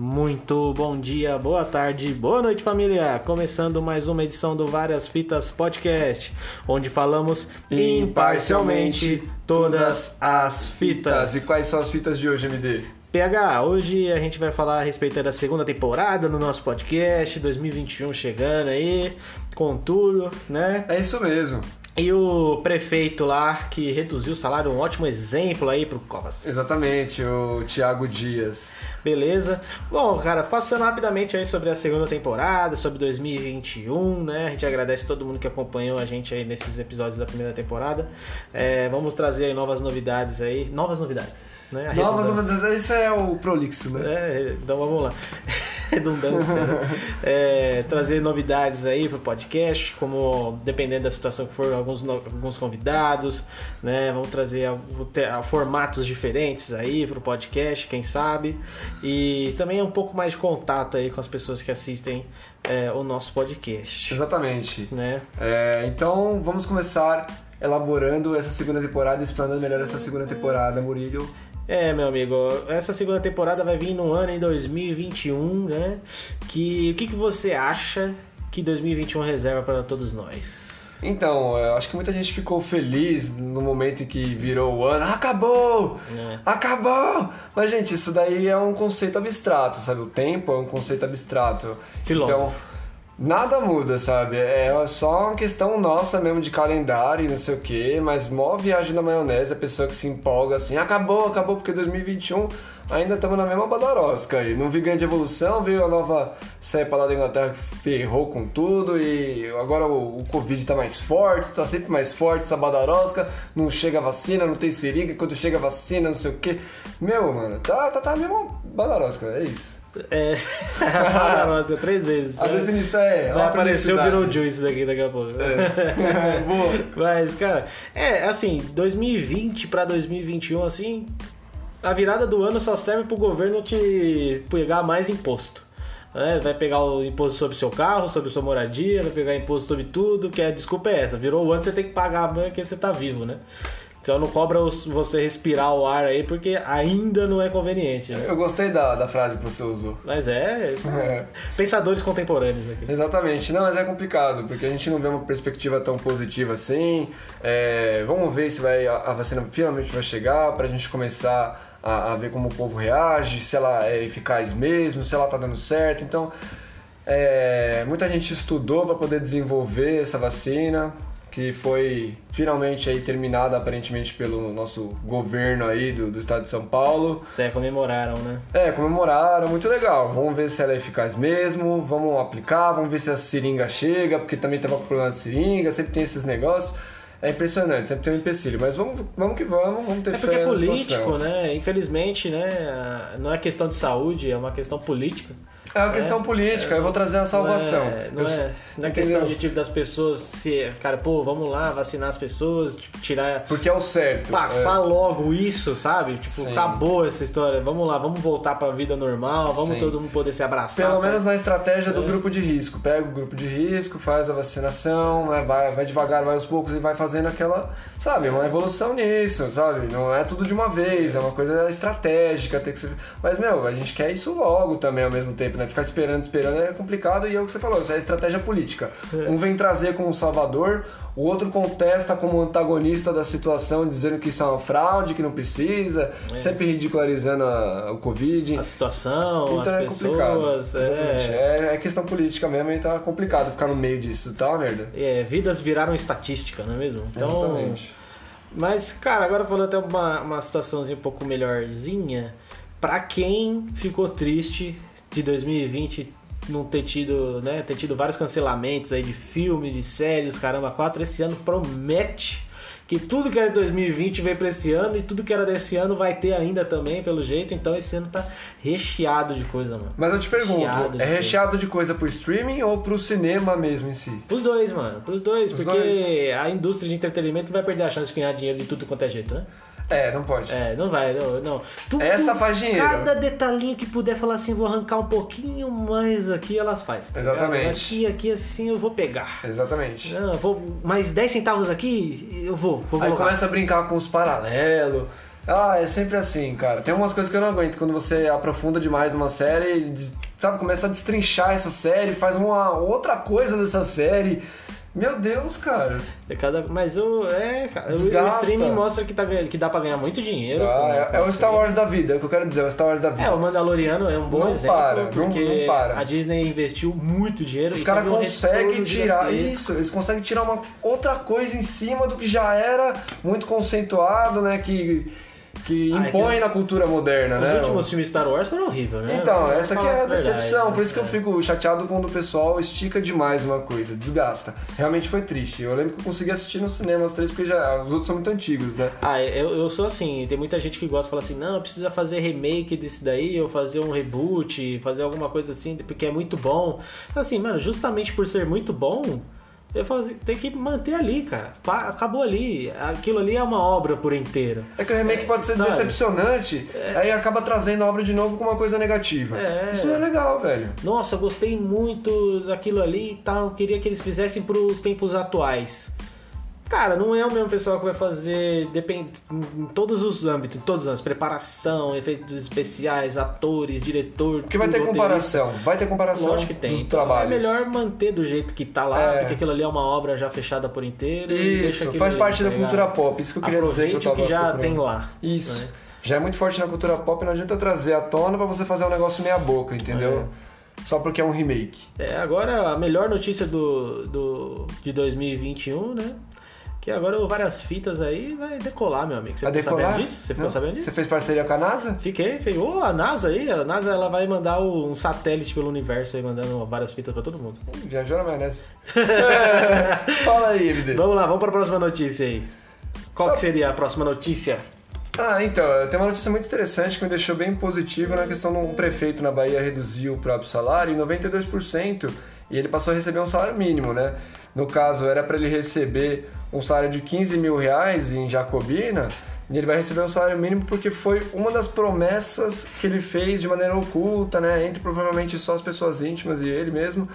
Muito bom dia, boa tarde, boa noite, família! Começando mais uma edição do Várias Fitas Podcast, onde falamos imparcialmente todas as fitas. E quais são as fitas de hoje, MD? PH, hoje a gente vai falar a respeito da segunda temporada do nosso podcast, 2021 chegando aí, com tudo, né? É isso mesmo. E o prefeito lá que reduziu o salário, um ótimo exemplo aí pro Covas. Exatamente, o Thiago Dias. Beleza? Bom, cara, passando rapidamente aí sobre a segunda temporada, sobre 2021, né? A gente agradece todo mundo que acompanhou a gente aí nesses episódios da primeira temporada. É, vamos trazer aí novas novidades aí. Novas novidades, né? A Novas, redundância. novidades, isso é o prolixo, né? É, então vamos lá. Redundância. né? É, trazer novidades aí pro podcast, como dependendo da situação que for, alguns, no- alguns convidados, né? Vamos trazer al- ter- ah, formatos diferentes aí pro podcast, quem sabe. E também um pouco mais de contato aí com as pessoas que assistem é, o nosso É. podcast. Exatamente. Né? É, então, vamos começar elaborando essa segunda temporada, explanando melhor essa segunda temporada, Murilo. É, meu amigo, essa segunda temporada vai vir num ano em 2021, né? Que o que, que você acha que 2021 reserva para todos nós? Então, eu acho que muita gente ficou feliz no momento em que virou o ano. Ah, Acabou! Né? Acabou! Mas, gente, isso daí é um conceito abstrato, sabe? O tempo é um conceito abstrato. Filósofo. Então, nada muda, sabe? É só uma questão nossa mesmo de calendário e não sei o quê, mas mó viagem na maionese, a pessoa que se empolga assim, acabou, acabou, porque 2021 ainda estamos na mesma badarosca aí. Não vi grande evolução, veio a nova cepa lá da Inglaterra que ferrou com tudo e agora o, o Covid tá mais forte, tá sempre mais forte essa badarosca, não chega a vacina, não tem seringa, quando chega a vacina, não sei o quê. Meu, mano, tá, tá, tá a mesma badarosca, é isso. É. Para nossa, três vezes. né? A definição é. Vai aparecer o Beetlejuice. Beetlejuice daqui daqui a pouco. É. Boa. Mas, cara, é assim, 2020 pra 2021, assim, a virada do ano só serve pro governo te pegar mais imposto. né? vai pegar o imposto sobre o seu carro, sobre a sua moradia, vai pegar imposto sobre tudo, que a desculpa é essa. Virou o ano, você tem que pagar porque você tá vivo, né? Então não cobra os- você respirar o ar aí, porque ainda não é conveniente. né? Eu gostei da, da frase que você usou. Mas é, isso é- É. pensadores contemporâneos aqui. Exatamente, não, mas é complicado, porque a gente não vê uma perspectiva tão positiva assim. É, vamos ver se vai, a, a vacina finalmente vai chegar pra gente começar a, a ver como o povo reage, se ela é eficaz mesmo, se ela tá dando certo. Então, é, muita gente estudou pra poder desenvolver essa vacina, que foi finalmente aí terminada aparentemente pelo nosso governo aí do- do estado de São Paulo. Até comemoraram, né? É, comemoraram, muito legal. Vamos ver se ela é eficaz mesmo, vamos aplicar, vamos ver se a seringa chega, porque também tava com problema de seringa, sempre tem esses negócios. É impressionante, sempre tem um empecilho, mas vamos, vamos que vamos, vamos ter É fé porque é na político, situação. né? Infelizmente, né? Não é questão de saúde, é uma questão política. É uma questão política, eu vou trazer a salvação. Não é, não Eu- é, não é entendeu? questão de tipo das pessoas se. Cara, pô, vamos lá vacinar as pessoas, tipo, tirar. Porque é o certo. Passar logo isso, sabe? Tipo, Sim. acabou essa história. Vamos lá, vamos voltar pra vida normal, vamos Sim. todo mundo poder se abraçar. Pelo sabe? menos na estratégia do É. grupo de risco. Pega o grupo de risco, faz a vacinação, né, vai, vai devagar, vai aos poucos e vai fazendo aquela. Sabe, uma evolução nisso, sabe? Não é tudo de uma vez, é uma coisa estratégica, tem que ser. Mas, meu, a gente quer isso logo também ao mesmo tempo, né? Ficar esperando, esperando é complicado e é o que você falou, isso é estratégia política. Um vem trazer como salvador, o outro contesta como antagonista da situação, dizendo que isso é uma fraude, que não precisa, É. sempre ridicularizando a- o Covid. A situação, Então as é complicado. pessoas. Exatamente. É, É. é questão política mesmo e tá complicado ficar no meio disso, tá, uma merda? é, vidas viraram estatística, não é mesmo? Então. Exatamente. Mas, cara, agora falando até uma, uma situaçãozinha um pouco melhorzinha, pra quem ficou triste de 2020 não ter tido, né, ter tido vários cancelamentos aí de filme, de séries, caramba, quatro, esse ano promete que tudo que era de 2020 veio pra esse ano e tudo que era desse ano vai ter ainda também, pelo jeito, então esse ano tá recheado de coisa, mano. Mas eu te pergunto, Recheado de é recheado de coisa pro streaming ou pro cinema mesmo em si? Pros dois, mano, pros dois, Pros porque dois. a indústria de entretenimento vai perder a chance de ganhar dinheiro de tudo quanto é jeito, né? É, não pode. É, não vai, não. não. Tudo- É Essa faz dinheiro. Cada detalhinho que puder falar assim, vou arrancar um pouquinho mais aqui, elas faz. tá ligado? Exatamente. Aqui, aqui assim eu vou pegar. Exatamente. Não, eu vou mais 10 centavos aqui, eu vou, vou Aí colocar. começa a brincar com os paralelos, Ah, é sempre assim, cara. Tem umas coisas que eu não aguento quando você aprofunda demais numa série, des- sabe, começa a destrinchar essa série, faz uma outra coisa dessa série. Meu Deus, cara. É cada- Mas o. É, cara. o- O Desgasta. streaming mostra que, tá ganha- que dá pra ganhar muito dinheiro. Ah, com- é, é com o Star Wars da vida, é o que eu quero dizer, é o Star Wars da vida. É, o Mandaloriano é um bom Não exemplo. para, não- porque não para. a Disney investiu muito dinheiro. Os e caras teve um conseguem retorno tirar gigantesco. isso, eles conseguem tirar uma outra coisa em cima do que já era muito conceituado, né? Que, que Ah, é que impõe na cultura moderna, Os né? últimos filmes Star Wars foram horríveis, né? Então, Vamos essa aqui falar é a verdade, decepção, né? por isso que eu É. fico chateado quando o pessoal estica demais uma coisa, desgasta. Realmente foi triste. Eu lembro que eu consegui assistir no cinema os três, porque já, os outros são muito antigos, né? Ah, eu, eu sou assim, tem muita gente que gosta de falar assim, não, precisa fazer remake desse daí, ou fazer um reboot, fazer alguma coisa assim, porque é muito bom. Assim, mano, justamente por ser muito bom, eu falo assim, tem que manter ali, cara. Pa- Acabou ali. Aquilo ali é uma obra por inteiro. É que o remake É, pode ser sabe? decepcionante, aí acaba trazendo a obra de novo com uma coisa negativa. É. Isso não é legal, velho. Nossa, gostei muito daquilo ali e tal, queria que eles fizessem pros tempos atuais. Cara, não é o mesmo pessoal que vai fazer depend... em todos os âmbitos, em todos os âmbitos, preparação, efeitos especiais, atores, diretor, Porque vai ter tudo, roteirista. comparação, vai ter comparação Lógico que tem. dos Então, trabalhos. é melhor manter do jeito que tá lá, É. porque aquilo ali é uma obra já fechada por inteiro. e deixa Isso, aquilo faz ali, parte tá da ligado? cultura pop, isso que eu queria Aproveite dizer que eu o que tava já procurando. tem lá. Isso. né? Já é muito forte na cultura pop, não adianta trazer à tona pra você fazer um negócio meia boca, entendeu? Só porque é um remake. É, agora a melhor notícia do, do, de 2021, né? Que agora o Várias Fitas aí vai decolar, meu amigo. Você Vai ficou decolar? sabendo disso? Você ficou Não? sabendo disso? Você fez parceria com a NASA? Fiquei, falei, ô, a NASA aí, a NASA ela vai mandar um satélite pelo universo aí, mandando várias fitas pra todo mundo. Ih, Viajou na maionese. Fala aí, MD. Vamos lá, vamos pra próxima notícia aí. Qual que seria a próxima notícia? Ah, então, tem uma notícia muito interessante que me deixou bem positiva na questão de um prefeito na Bahia reduziu o próprio salário em 92% e ele passou a receber um salário mínimo, né? No caso, era para ele receber um salário de 15 mil reais em Jacobina e ele vai receber um salário mínimo porque foi uma das promessas que ele fez de maneira oculta, né? Entre provavelmente só as pessoas íntimas e ele mesmo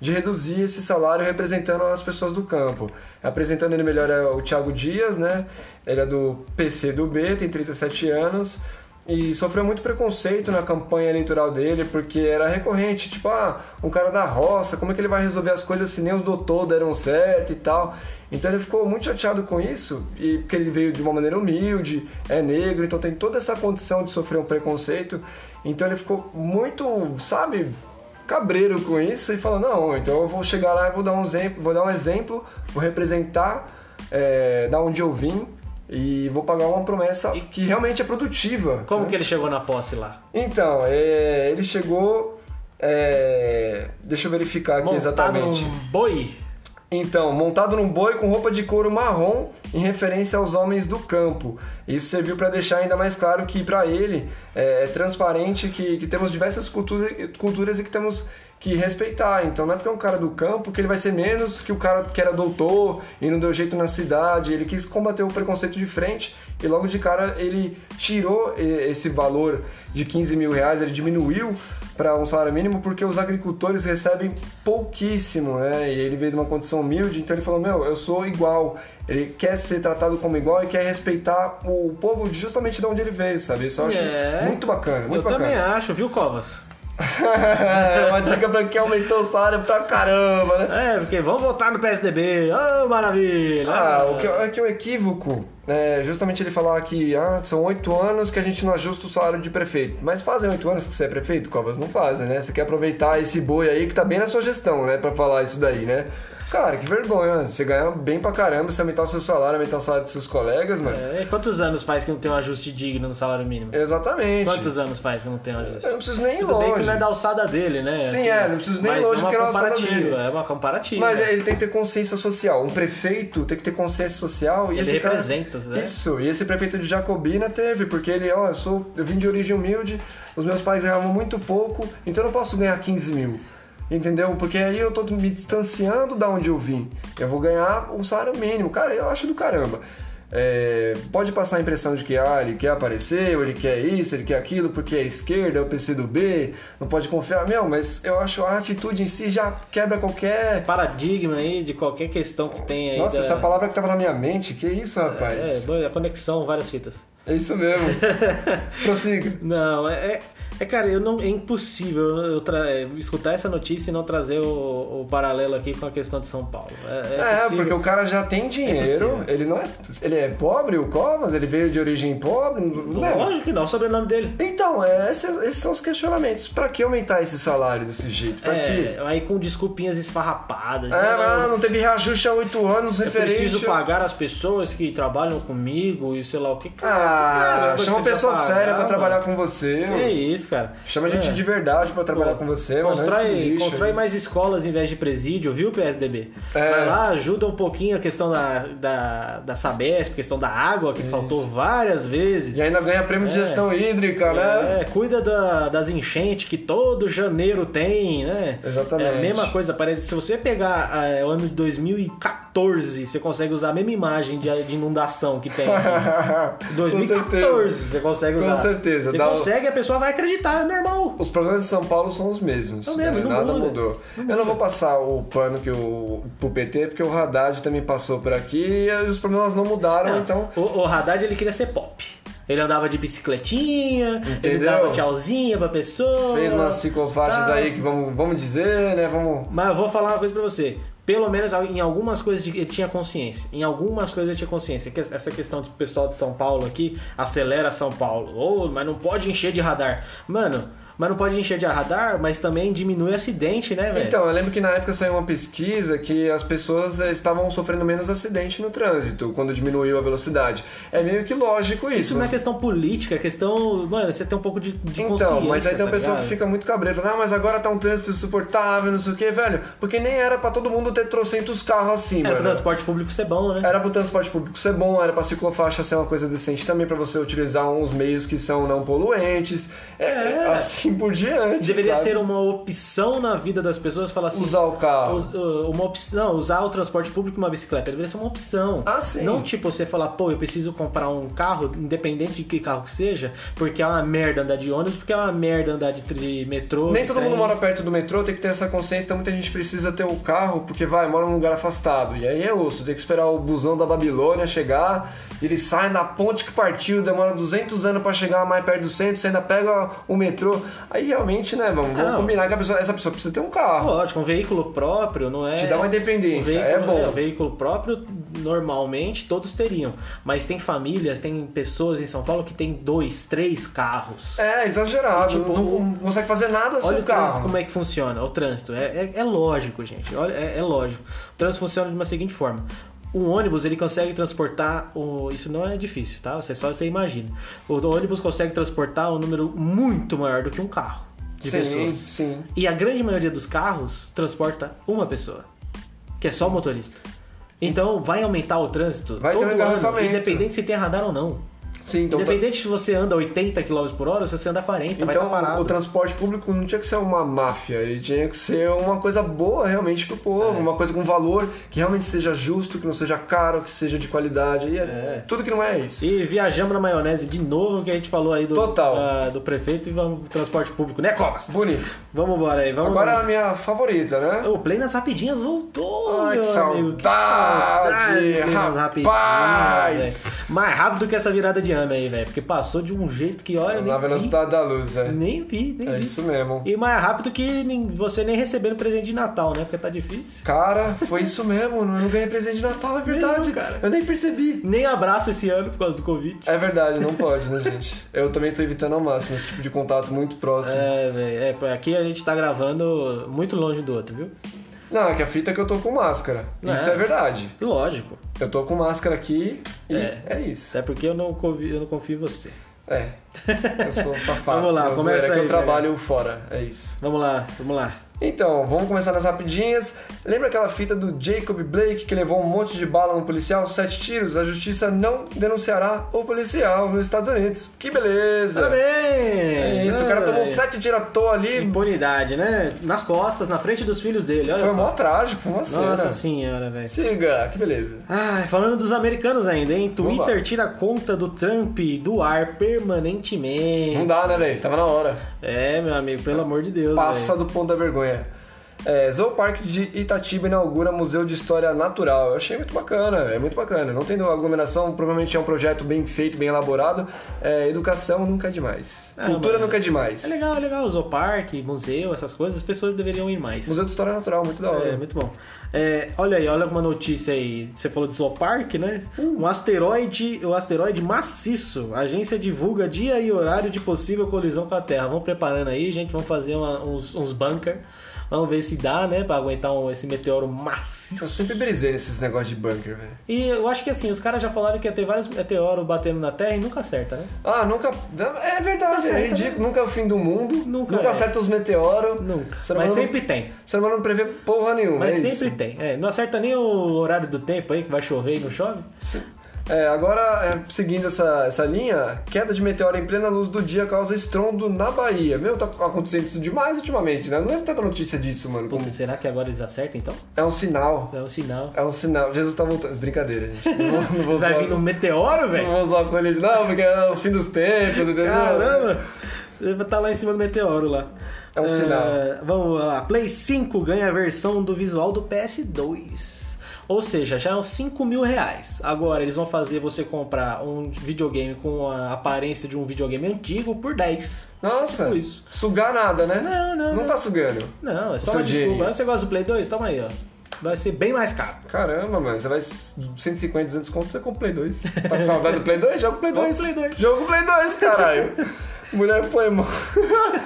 de reduzir esse salário representando as pessoas do campo. Apresentando ele melhor é o Thiago Dias, né? Ele é do PC do B, tem 37 anos e sofreu muito preconceito na campanha eleitoral dele porque era recorrente, tipo, ah, um cara da roça, como é que ele vai resolver as coisas se nem os doutor deram certo e tal. Então ele ficou muito chateado com isso, e porque ele veio de uma maneira humilde, é negro, então tem toda essa condição de sofrer um preconceito. Então ele ficou muito, sabe, cabreiro com isso e falou, não, então eu vou chegar lá e vou dar um exemplo, vou dar um exemplo, vou representar é, da onde eu vim e vou pagar uma promessa que realmente é produtiva. Como né? que ele chegou na posse lá? Então, é, ele chegou. é, deixa eu verificar aqui Montado exatamente. num um boi? Então, montado num boi com roupa de couro marrom, em referência aos homens do campo. Isso serviu para deixar ainda mais claro que, para ele, é, é transparente que, que temos diversas culturas, culturas e que temos que respeitar. Então, não é porque é um cara do campo que ele vai ser menos que o cara que era doutor e não deu jeito na cidade. Ele quis combater o preconceito de frente e, logo de cara, ele tirou eh, esse valor de 15 mil reais, ele diminuiu para um salário mínimo porque os agricultores recebem pouquíssimo, né? E ele veio de uma condição humilde, então ele falou: Meu, eu sou igual. Ele quer ser tratado como igual e quer respeitar o povo justamente de onde ele veio, sabe? Isso eu acho É. muito bacana, Eu muito também bacana. acho, viu, Covas? é uma dica pra quem aumentou o salário pra caramba, né? É, porque vamos votar no PSDB. Ô, maravilha! Ah, o que, é que o equívoco é justamente ele falar que ah, são oito anos que a gente não ajusta o salário de prefeito. Mas fazem oito anos que você é prefeito, Covas? Não fazem, né? Você quer aproveitar esse boi aí que tá bem na sua gestão, né? Pra falar isso daí, né? Cara, que vergonha. Você ganha bem pra caramba, você aumentar o seu salário, aumentar o salário dos seus colegas, mano. É, quantos anos faz que não tem um ajuste digno no salário mínimo? Exatamente. É. Quantos anos faz que não tem um ajuste? Eu não preciso nem ir Tudo longe. bem que não é da alçada dele, né? É, Sim, é, não preciso nem mas ir longe é uma porque é da alçada comparativa, dele. É uma comparativa. Mas ele tem que ter consciência social. Um prefeito tem que ter consciência social e Ele esse cara- representa, né? Isso, e esse prefeito de Jacobina teve, porque ele, ó, eu sou. Eu vim de origem humilde, os meus pais ganhavam muito pouco, então eu não posso ganhar 15 mil. Entendeu? Porque aí eu tô me distanciando da onde eu vim. Eu vou ganhar um salário mínimo. Cara, eu acho do caramba. É, pode passar a impressão de que ah, ele quer aparecer, ou ele quer isso, ele quer aquilo, porque é esquerda, é o PC do B, não pode confiar. Meu, mas eu acho a atitude em si já quebra qualquer. Paradigma aí de qualquer questão que tem aí. Nossa, da... essa palavra que tava na minha mente, que isso, rapaz? É, boa, a conexão, várias fitas. É isso mesmo. Prossiga. Não, é, é- é, cara, eu não, é impossível eu tra- é, escutar essa notícia e não trazer o, o paralelo aqui com a questão de São Paulo. É, é É, possível. porque o cara já É tem dinheiro, possível. ele não é. Ele é pobre, o Covas, ele veio de origem pobre. Não, é. Lógico que não, o sobrenome dele. Então, é, esses, esses são os questionamentos. Pra que aumentar esse salário desse jeito? Pra que? É, aí com desculpinhas esfarrapadas. É, né? mas não teve reajuste há oito anos eu referente. preciso pagar as pessoas que trabalham comigo e sei lá o que. Ah, Cara, chama você uma pessoa precisa séria pagar, pra trabalhar mano. com você. É isso, cara. Chama gente É. de verdade pra trabalhar Pô, com você. é mas não esse Constrói, lixo constrói aí. mais escolas em vez de presídio, viu, PSDB? É. Vai lá, ajuda um pouquinho a questão da, da, da Sabesp, questão da água, que faltou várias vezes. E ainda ganha prêmio de É. gestão hídrica, né? É, cuida da- das enchentes que todo janeiro tem, né? Exatamente. É a mesma coisa, parece. Se você pegar é, o ano de 2014, você consegue usar a mesma imagem de, de inundação que tem. É. Com 2014, certeza. você consegue Com usar. certeza, Você dá o- consegue, a pessoa vai acreditar, é normal. Os problemas de São Paulo são os mesmos. É o mesmo, né? não Nada muda. mudou. Eu não vou passar o pano que o, pro PT, porque o Haddad também passou por aqui e os problemas não mudaram, Não, então. Ah, o, o Haddad ele queria ser pop. Ele andava de bicicletinha, ele Entendeu? dava tchauzinha pra pessoa. Fez umas ciclofaixas tá. aí que vamos, vamos dizer, né? Vamos. Mas eu vou falar uma coisa pra você. Pelo menos em algumas coisas de- ele tinha consciência. Em algumas coisas ele tinha consciência. Que Essa questão do pessoal de São Paulo aqui acelera São Paulo. Ô, mas não pode encher de radar. Mano, mas não pode encher de radar, mas também diminui acidente, né, velho? Então, eu lembro que na época saiu uma pesquisa que as pessoas eh, estavam sofrendo menos acidente no trânsito, quando diminuiu a velocidade. É meio que lógico isso. Isso não é questão política, é questão. Mano, você tem um pouco de, de consciência. Então, mas aí tem uma tá pessoa ligado? que fica muito cabreiro, falando, ah, mas agora tá um trânsito insuportável, não sei o que, velho. Porque nem era pra todo mundo ter trocentos carros assim, Era pro mano. É, transporte público ser bom, né? Era pro transporte público ser bom, era pra ciclofaixa ser uma coisa decente também, pra você utilizar uns meios que são não poluentes, é, É. assim por diante. Deveria sabe? ser uma opção na vida das pessoas falar assim. usar o carro. us- uh, uma opção, usar o transporte público e uma bicicleta. Deveria ser uma opção. Ah, sim. Não tipo você falar, pô, eu preciso comprar um carro, independente de que carro que seja, porque é uma merda andar de ônibus, porque é uma merda andar de, tri- metrô. Nem de todo trem. mundo mora perto do metrô, tem que ter essa consciência, então muita gente precisa ter o carro, porque vai, mora num lugar afastado. E aí é osso, tem que esperar o busão da Babilônia chegar, ele sai na ponte que partiu, demora 200 anos pra chegar mais perto do centro, você ainda pega o metrô. Aí realmente, né, vamos, vamos Não. combinar que a pessoa- essa pessoa precisa ter um carro. Lógico, um veículo próprio não é. Te dá uma Um independência, veículo, é bom. um veículo próprio, normalmente, todos teriam. Mas tem famílias, tem pessoas em São Paulo que tem dois, três carros. É, exagerado, Tipo, não, não consegue fazer nada sem Olha o o trânsito, carro. como é que funciona. O trânsito. É, é- é lógico, gente. Olha, é, é lógico. O trânsito funciona de uma seguinte forma. Um ônibus, ele consegue transportar... O... Isso não é difícil, tá? Você só você imagina. O ônibus consegue transportar um número muito maior do que um carro de sim, pessoas. sim. E a grande maioria dos carros transporta uma pessoa, que é só o motorista. Então, vai aumentar o trânsito Vai ter todo um ano, engarrafamento. independente se tem radar ou não. Sim, então tá- independente se você anda 80 km por hora ou se você anda 40, vai estar Então, parado. o transporte público não tinha que ser uma máfia, ele tinha que ser uma coisa boa realmente pro povo, É. uma coisa com valor, que realmente seja justo, que não seja caro, que seja de qualidade, e é tudo que não é isso. E viajamos na maionese de novo, que a gente falou aí do, Total. ah, do prefeito e vamos pro transporte público, né, Covas? Bonito. Vamos embora aí, vamos Agora a embora. minha favorita, né? O Play nas Rapidinhas voltou, Ai, meu que amigo. Que saudade, saudade, Play nas rapaz. Rapidinhas, velho. Mais rápido que essa virada de ano aí, velho. Porque passou de um jeito que, olha, Na nem vi, velocidade da luz, é. nem vi, nem É vi. isso mesmo. E mais rápido que nem- você nem recebendo presente de Natal, né? Porque tá difícil. Cara, foi isso mesmo, eu não ganhei presente de Natal, é verdade, Não, cara. Eu nem percebi. Nem abraço esse ano por causa do Covid. É verdade, não pode, né, gente? Eu também tô evitando ao máximo esse tipo de contato muito próximo. É, velho. É, pô, aqui a gente tá gravando muito longe um do outro, viu? Não, é que a fita é que eu tô com máscara. Não Isso é? é verdade. Lógico. Eu tô com máscara aqui e É. é, isso. Até porque eu não, convi- eu não confio em você. É. Eu sou safado. Vamos lá, Mas começa é que aí, eu trabalho fora, é isso. Vamos lá, vamos lá. Então, vamos começar nas rapidinhas. Lembra aquela fita do Jacob Blake que levou um monte de bala no policial, sete tiros? A justiça não denunciará o policial nos Estados Unidos. Que beleza! Parabéns! É isso, o cara Ai. tomou sete tiros à toa ali. Impunidade, né? Nas costas, na frente dos filhos dele, olha Foi só. mó trágico, uma Nossa cena. senhora, velho. Siga, que beleza. Ai, falando dos americanos ainda, hein? Vamos lá. Twitter tira conta do Trump do ar permanentemente. Não dá, né, velho? Tava na hora. É, meu amigo, pelo amor de Deus. Passa velho. do ponto da vergonha. É, Zoopark de Itatiba inaugura Museu de História Natural. Eu achei muito bacana, é muito bacana. Não tendo aglomeração, provavelmente é um projeto bem feito, bem elaborado. É, educação nunca é demais. Ah, Cultura mas- nunca é demais. É legal, é legal. Zooparque, museu, essas coisas, as pessoas deveriam ir mais. Museu de História Natural, muito da hora. É, muito bom. É, olha aí, olha uma notícia aí. Você falou de Zoopark, né? Um asteroide, o asteroide maciço. A agência divulga dia e horário de possível colisão com a Terra. Vamos preparando aí, gente. Vamos fazer uma- uns, uns bunker. Vamos ver se dá, né? Pra aguentar um- esse meteoro maciço. Eu sempre brisei nesses negócios de bunker, velho. E eu acho que assim, os caras já falaram que ia ter vários meteoros batendo na Terra e nunca acerta, né? Ah, nunca. É verdade, Acerta, é ridículo. Nunca é o fim do mundo. tá Nunca é. acerta os meteoros. Nunca. Será Mas que não- sempre tem. O ser humano não prevê porra nenhuma. Mas é sempre isso. tem. É, não acerta nem o horário do tempo aí, que vai chover e não chove. Sim. É, agora, é, seguindo essa, essa linha, queda de meteoro em plena luz do dia causa estrondo na Bahia. Meu, tá acontecendo isso demais ultimamente, né? Não lembro tanta notícia disso, mano. Putz, Como- será que agora eles acertam então? É um sinal. É um sinal. É um sinal. Jesus tá voltando. Brincadeira, gente. Não vou, não vou Vai zoar- vir um meteoro, não velho? vou zoar com eles, não, porque é o fim dos tempos, entendeu? Caramba! Ele vai estar lá em cima do meteoro lá. É um sinal. Vamos lá. Play 5 ganha a versão do visual do PS2. Ou seja, já é uns 5 mil reais. Agora eles vão fazer você comprar um videogame com a aparência de um videogame antigo por 10. Nossa, Tipo isso. sugar nada, né? Não, não, Não não. tá sugando. Não, é só Seu uma desculpa. dinheirinho. Ah, Você gosta do Play 2? Toma aí, ó. Vai ser bem mais caro. Caramba, mano, você vai 150, 200 conto, você compra o Play 2. Tá com saudade do Play 2? Joga o Play Joga o 2. Play 2. Joga o Play 2, caralho. Mulher põe mão.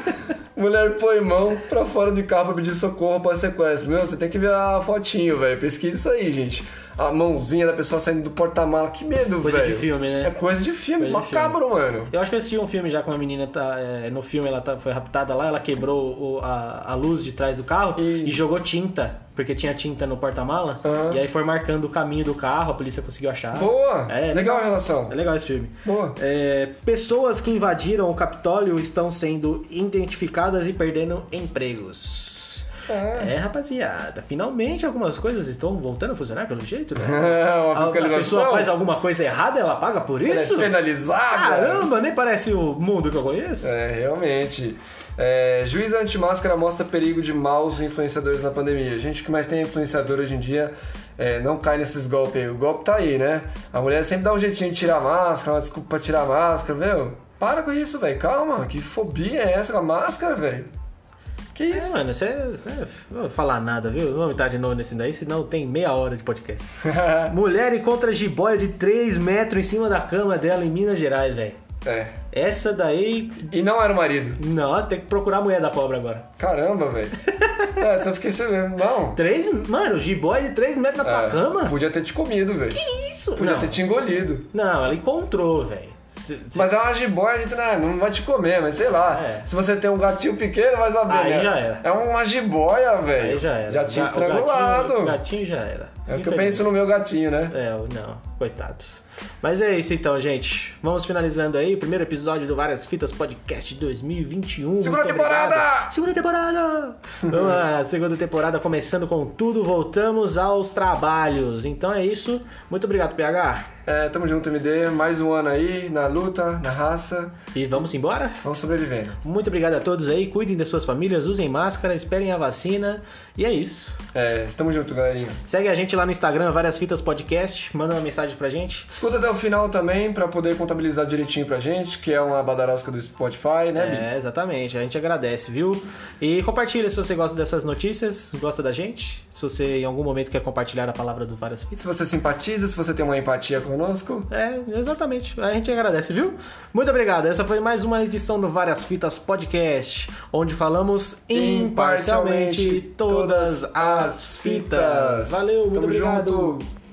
Mulher põe mão pra fora de carro pra pedir socorro após sequestro. Meu, você tem que ver a fotinho, velho. Pesquisa isso aí, gente. A mãozinha da pessoa saindo do porta-mala. Que medo, velho. Coisa de filme, né? É coisa de filme. Coisa de Macabro, mano. Eu acho que eu assisti um filme já com uma menina, tá, é, no filme ela tá- foi raptada lá, ela quebrou o- a, a luz de trás do carro E- e, jogou tinta, porque tinha tinta no porta-mala, Aham. e aí foi marcando o caminho do carro, a polícia conseguiu achar. Boa. É, legal legal. a relação. É legal esse filme. Boa. É, pessoas que invadiram o Capitólio estão sendo identificadas e perdendo empregos. É. É, rapaziada, finalmente algumas coisas estão voltando a funcionar pelo jeito, né? A, Uma a fiscalização. pessoa faz alguma coisa errada, ela paga por Ela é isso? penalizada. Caramba, nem parece o mundo que eu conheço. É, realmente. É, juiz anti-máscara mostra perigo de maus influenciadores na pandemia. Gente, o que mais tem influenciador hoje em dia é, não cai nesses golpes aí. O golpe tá aí, né? A mulher sempre dá um jeitinho de tirar a máscara, uma desculpa pra tirar a máscara, meu. Para com isso, velho. Calma, que fobia é essa com a máscara, velho? Que É, isso? mano, você. é, Não vou falar nada, viu? Não vou entrar de novo nesse daí, senão tem meia hora de podcast. Mulher encontra jiboia de 3 metros em cima da cama dela em Minas Gerais, velho. é. Essa daí. E não era o marido. Nossa, tem que procurar a mulher da cobra agora. Caramba, velho. é, só fiquei sabendo. Não. Três. Mano, jiboia de 3 metros na tua É, Tá cama? Podia ter te comido, velho. Que isso? Podia não. ter te engolido. não, ela encontrou, velho. Se- se- Mas é uma jiboia de ah, não vai te comer, mas sei lá. É. Se você tem um gatinho pequeno, vai saber. Aí né? já era. É uma jiboia, velho. Aí já era. Já tinha Ga- o estrangulado. Gatinho, o gatinho já era. É o que eu penso no meu gatinho, né? É, não, coitados. Mas é isso então, gente. Vamos finalizando aí o primeiro episódio do Várias Fitas Podcast 2021. Segunda Muito temporada! obrigado. Segunda temporada! Vamos lá, segunda temporada começando com tudo. Voltamos aos trabalhos. Então é isso. Muito obrigado, PH. É, tamo junto, MD. Mais um ano aí, na luta, na raça. E vamos embora? Vamos sobrevivendo. Muito obrigado a todos aí. Cuidem das suas famílias, usem máscara, esperem a vacina. E é isso. É, tamo junto, galerinha. Segue a gente lá no Instagram, Várias Fitas Podcast. Manda uma mensagem pra gente. Escuta até o final também, pra poder contabilizar direitinho pra gente, que é uma badarosca do Spotify, né, Bis? É, exatamente. A gente agradece, viu? E compartilha se você gosta dessas notícias, gosta da gente. Se você em algum momento quer compartilhar a palavra do Várias Se Fitas. você simpatiza, se você tem uma empatia conosco, É, exatamente. A gente agradece, viu? Muito obrigado. Essa foi mais uma edição do Várias Fitas Podcast, onde falamos imparcialmente todas as fitas. Valeu, muito Tamo obrigado. junto.